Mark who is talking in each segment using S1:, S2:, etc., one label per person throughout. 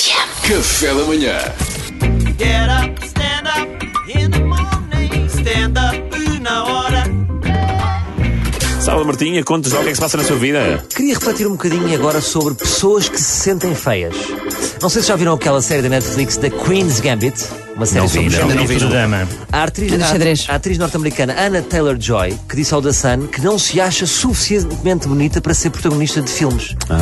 S1: Café da manhã.
S2: Get up, stand up in the morning. Stand up na hora.
S3: Salve Martinha, contas lá o que é que se passa na sua vida.
S4: Queria refletir um bocadinho agora sobre pessoas que se sentem feias. Não sei se já viram aquela série da Netflix, The Queen's Gambit. Uma série
S3: Não vi,
S4: sobre
S3: não.
S4: xadrez.
S3: Não vi, não.
S5: Dama.
S4: A atriz,
S6: É do xadrez.
S4: a- a atriz norte-americana Anna Taylor-Joy, que disse ao The Sun que não se acha suficientemente bonita para ser protagonista de filmes.
S3: Ah.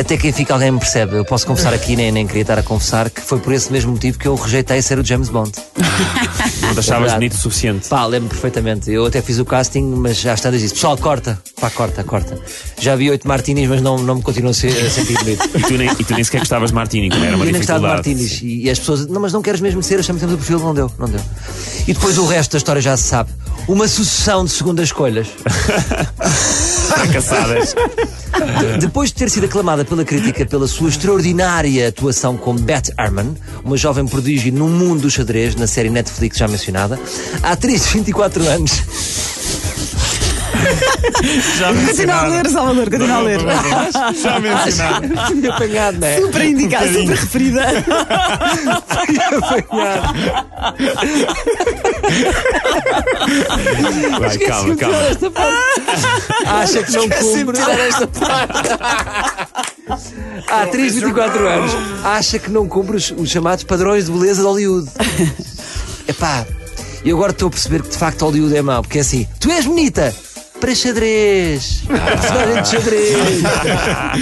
S4: Até quem fica alguém me percebe. Eu posso confessar aqui, nem, nem queria estar a confessar, que foi por esse mesmo motivo que eu rejeitei ser o James Bond.
S3: Não te
S4: É
S3: achavas
S4: verdade.
S3: bonito o suficiente.
S4: Pá, lembro perfeitamente. Eu até fiz o casting, mas já está disse: pessoal, corta. Pá, corta, corta. Já vi oito martinis, mas não, não me continuo a, ser, a sentir bonito.
S3: E tu nem, e tu nem sequer gostavas de Martini, que era
S4: E
S3: É uma
S4: eu nem gostava de
S3: dificuldade.
S4: Martinis. E, e as pessoas, não, mas não queres mesmo ser, achamos que temos o perfil, não deu, não deu. E depois o resto da história já se sabe. Uma sucessão de segundas escolhas.
S3: Fracassadas.
S4: Depois de ter sido aclamada pela crítica pela sua extraordinária atuação como Beth Arman, uma jovem prodígio no mundo do xadrez, na série Netflix já mencionada, a atriz de 24 anos
S3: Já
S6: Continua a ler, Salvador, continua a ler.
S3: Já mencionado.
S4: Ah, tinha apanhado, não é?
S6: Super indicada, super referida.
S3: Vai, calma,
S4: Esqueci-me de tirar
S3: calma.
S4: esta parte. Acha Ah, que não cumpre. esta parte. A atriz de 24 anos acha que não cumpre os, os chamados padrões de beleza de Hollywood. Epá, eu agora estou a perceber que de facto Hollywood é mau, porque é assim: tu és bonita! Para xadrez! Personagem de xadrez!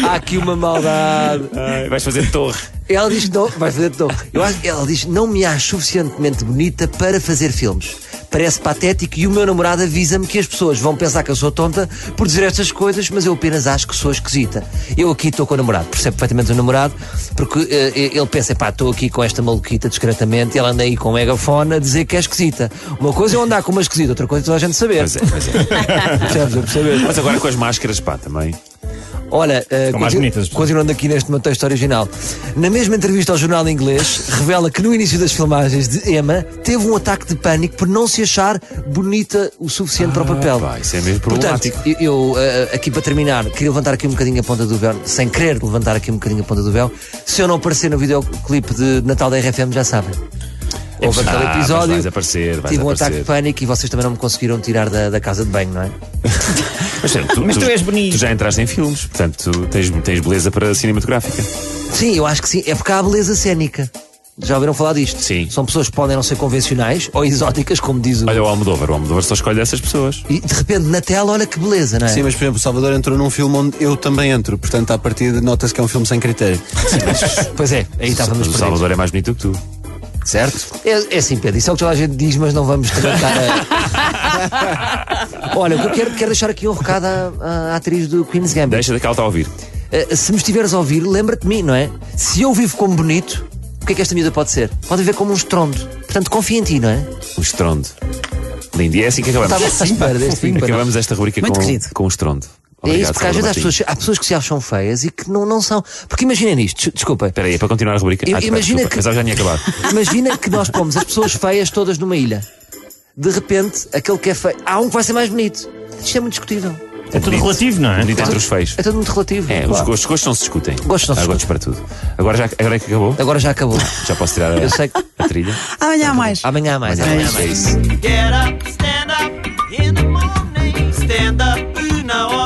S4: Há aqui uma maldade!
S3: Ai, vais fazer torre.
S4: Ela diz que não, vai fazer não. Eu acho, ela diz não me acho suficientemente bonita para fazer filmes. Parece patético e o meu namorado avisa-me que as pessoas vão pensar que eu sou tonta por dizer estas coisas, mas eu apenas acho que sou esquisita. Eu aqui estou com o namorado, percebo perfeitamente o namorado, porque eh, ele pensa, pá, estou aqui com esta maluquita discretamente, e ela anda aí com o megafone a dizer que é esquisita. Uma coisa é eu andar com uma esquisita, outra coisa é toda a gente saber.
S3: Pois é, pois é.
S4: Percebes? Eu percebo.
S3: Mas agora com as máscaras, pá, também.
S4: Olha, eh,
S5: mais
S4: continu-
S5: bonitas, pô.
S3: é?
S4: continuando aqui neste meu texto original. Na mesma entrevista ao jornal inglês, revela que no início das filmagens de Emma teve um ataque de pânico por não se achar bonita o suficiente para o papel.
S3: pá, isso é mesmo
S4: Portanto,
S3: problemático.
S4: eu, eu, eh, aqui para terminar, queria levantar aqui um bocadinho a ponta do véu, sem querer levantar aqui um bocadinho a ponta do véu. Se eu não aparecer no videoclipe de Natal da RFM, já sabem. Houve
S3: Ah,
S4: aquele
S3: mas
S4: episódio.
S3: vais aparecer, vais
S4: tive um
S3: aparecer.
S4: ataque de pânico e vocês também não me conseguiram tirar da, da casa de banho, não é?
S3: Mas, sério, tu,
S5: Mas tu és bonito.
S3: Tu já entraste em filmes, portanto, tu tens, tens beleza para cinematográfica.
S4: Sim, eu acho que sim. É porque há a beleza cénica. Já ouviram falar disto?
S3: Sim.
S4: São pessoas que podem não ser convencionais ou exóticas, como diz o.
S3: Olha o Almodóvar, o Almodóvar só escolhe essas pessoas.
S4: E de repente na tela, olha que beleza, não é?
S7: Sim, mas por exemplo, o Salvador entrou num filme onde eu também entro, portanto, à partida nota-se que é um filme sem critério.
S4: Pois é, aí estávamos
S3: Mas o
S4: perdidos.
S3: Salvador é mais bonito que tu.
S7: Certo?
S4: É, é assim, Pedro, isso é o que toda a gente diz, mas não vamos tratar a. olha, o que eu quero, quero deixar aqui um recado à, à atriz do Queen's Gambit.
S3: Deixa daquela está a ouvir.
S4: Eh, se me estiveres a ouvir, lembra-te de mim, não é? Se eu vivo como bonito, o que é que esta miúda pode ser? Pode viver como um estrondo. Portanto, confia em ti, não é?
S3: Um estrondo. Lindo. E é assim que acabamos.
S4: Estava à espera deste tipo, é? fim para
S3: acabamos esta rubrica
S6: Muito
S3: com,
S6: querido.
S3: com um estrondo.
S4: É
S3: Obrigado,
S4: isso, porque às
S3: Salvador
S4: vezes as
S3: Martinho.
S4: pessoas, há pessoas que se acham feias e que não, não são. Porque imaginem isto, des- desculpa.
S3: Espera aí, é para continuar a rubrica.
S4: Eu-
S3: Ah, espera,
S4: imagina
S3: desculpa,
S4: que-
S3: Mas ela já tinha acabado.
S4: Imagina que nós pomos as pessoas feias todas numa ilha. De repente, aquele que é feio. Há um que vai ser mais bonito. Isto é muito discutível.
S5: É tudo relativo, não é?
S3: Bonito entre os feios.
S4: É tudo muito relativo.
S3: É, os
S4: Claro.
S3: gostos, gostos não se discutem.
S4: Gostos não se
S3: Há gostos para tudo. Agora, já, agora é que acabou,
S4: Agora já acabou.
S3: já posso tirar
S4: Eu sei que-
S3: a, a trilha.
S6: Amanhã há mais.
S4: Amanhã há mais. Amanhã há mais.
S3: É isso.
S2: Get up, stand up in the morning. Stand up na hora.